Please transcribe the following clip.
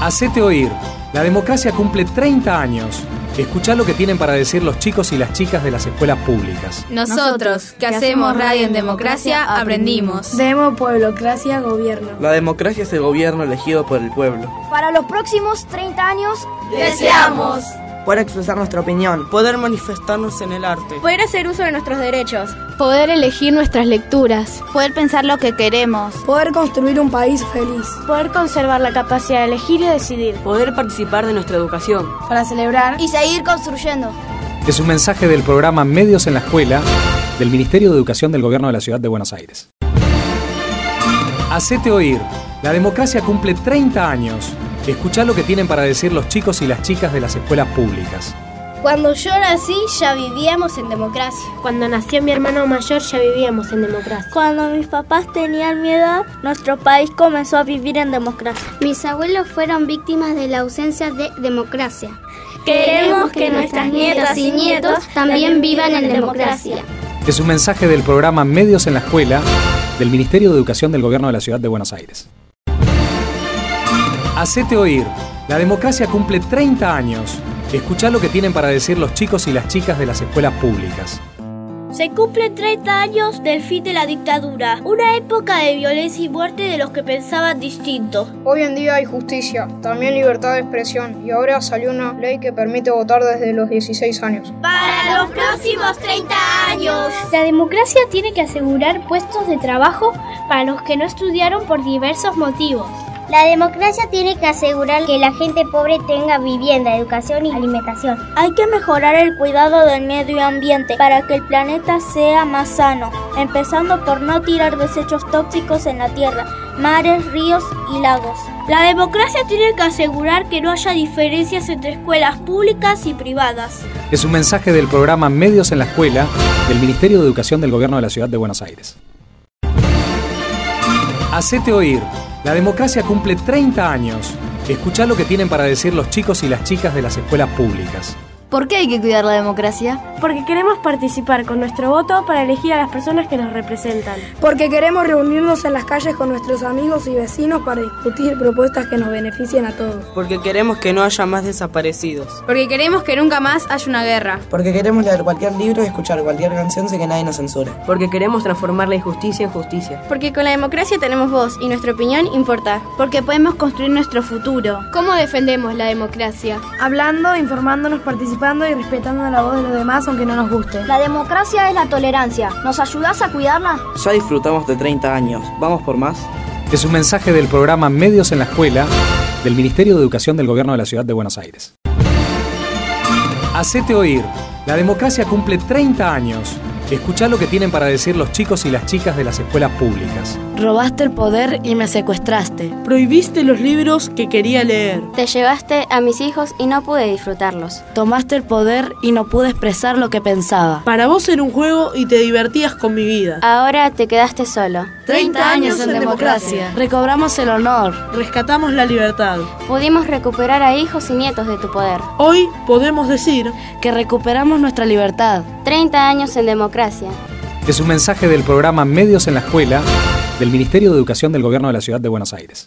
Hacete oír. La democracia cumple 30 años. Escuchá lo que tienen para decir los chicos y las chicas de las escuelas públicas. Nosotros, que hacemos radio en democracia, aprendimos. Demo, pueblocracia, gobierno. La democracia es el gobierno elegido por el pueblo. Para los próximos 30 años, ¡Deseamos! Poder expresar nuestra opinión. Poder manifestarnos en el arte. Poder hacer uso de nuestros derechos. Poder elegir nuestras lecturas. Poder pensar lo que queremos. Poder construir un país feliz. Poder conservar la capacidad de elegir y decidir. Poder participar de nuestra educación. Para celebrar y seguir construyendo. Es un mensaje del programa Medios en la Escuela del Ministerio de Educación del Gobierno de la Ciudad de Buenos Aires. Hacete oír. La democracia cumple 30 años. Escuchá lo que tienen para decir los chicos y las chicas de las escuelas públicas. Cuando yo nací ya vivíamos en democracia. Cuando nació mi hermano mayor ya vivíamos en democracia. Cuando mis papás tenían mi edad, nuestro país comenzó a vivir en democracia. Mis abuelos fueron víctimas de la ausencia de democracia. Queremos que nuestras nietas y nietos también vivan en democracia. Es un mensaje del programa Medios en la Escuela del Ministerio de Educación del Gobierno de la Ciudad de Buenos Aires. Hacete oír. La democracia cumple 30 años. Escuchá lo que tienen para decir los chicos y las chicas de las escuelas públicas. Se cumplen 30 años del fin de la dictadura, una época de violencia y muerte de los que pensaban distinto. Hoy en día hay justicia, también libertad de expresión y ahora salió una ley que permite votar desde los 16 años. Para los próximos 30 años. La democracia tiene que asegurar puestos de trabajo para los que no estudiaron por diversos motivos. La democracia tiene que asegurar que la gente pobre tenga vivienda, educación y alimentación. Hay que mejorar el cuidado del medio ambiente para que el planeta sea más sano, empezando por no tirar desechos tóxicos en la tierra, mares, ríos y lagos. La democracia tiene que asegurar que no haya diferencias entre escuelas públicas y privadas. Es un mensaje del programa Medios en la Escuela del Ministerio de Educación del Gobierno de la Ciudad de Buenos Aires. Hacete oír. La democracia cumple 30 años. Escuchá lo que tienen para decir los chicos y las chicas de las escuelas públicas. ¿Por qué hay que cuidar la democracia? Porque queremos participar con nuestro voto para elegir a las personas que nos representan. Porque queremos reunirnos en las calles con nuestros amigos y vecinos para discutir propuestas que nos beneficien a todos. Porque queremos que no haya más desaparecidos. Porque queremos que nunca más haya una guerra. Porque queremos leer cualquier libro y escuchar cualquier canción sin que nadie nos censure. Porque queremos transformar la injusticia en justicia. Porque con la democracia tenemos voz y nuestra opinión importa. Porque podemos construir nuestro futuro. ¿Cómo defendemos la democracia? Hablando, informándonos, participando y respetando la voz de los demás aunque no nos guste. La democracia es la tolerancia. ¿Nos ayudás a cuidarla? Ya disfrutamos de 30 años. ¿Vamos por más? Es un mensaje del programa Medios en la Escuela del Ministerio de Educación del Gobierno de la Ciudad de Buenos Aires. Hacete oír. La democracia cumple 30 años. Escuchá lo que tienen para decir los chicos y las chicas de las escuelas públicas. Robaste el poder y me secuestraste. Prohibiste los libros que quería leer. Te llevaste a mis hijos y no pude disfrutarlos. Tomaste el poder y no pude expresar lo que pensaba. Para vos era un juego y te divertías con mi vida. Ahora te quedaste solo. 30 años en, en democracia. Recobramos el honor. Rescatamos la libertad. Pudimos recuperar a hijos y nietos de tu poder. Hoy podemos decir que recuperamos nuestra libertad. 30 años en democracia. Es un mensaje del programa Medios en la Escuela del Ministerio de Educación del Gobierno de la Ciudad de Buenos Aires.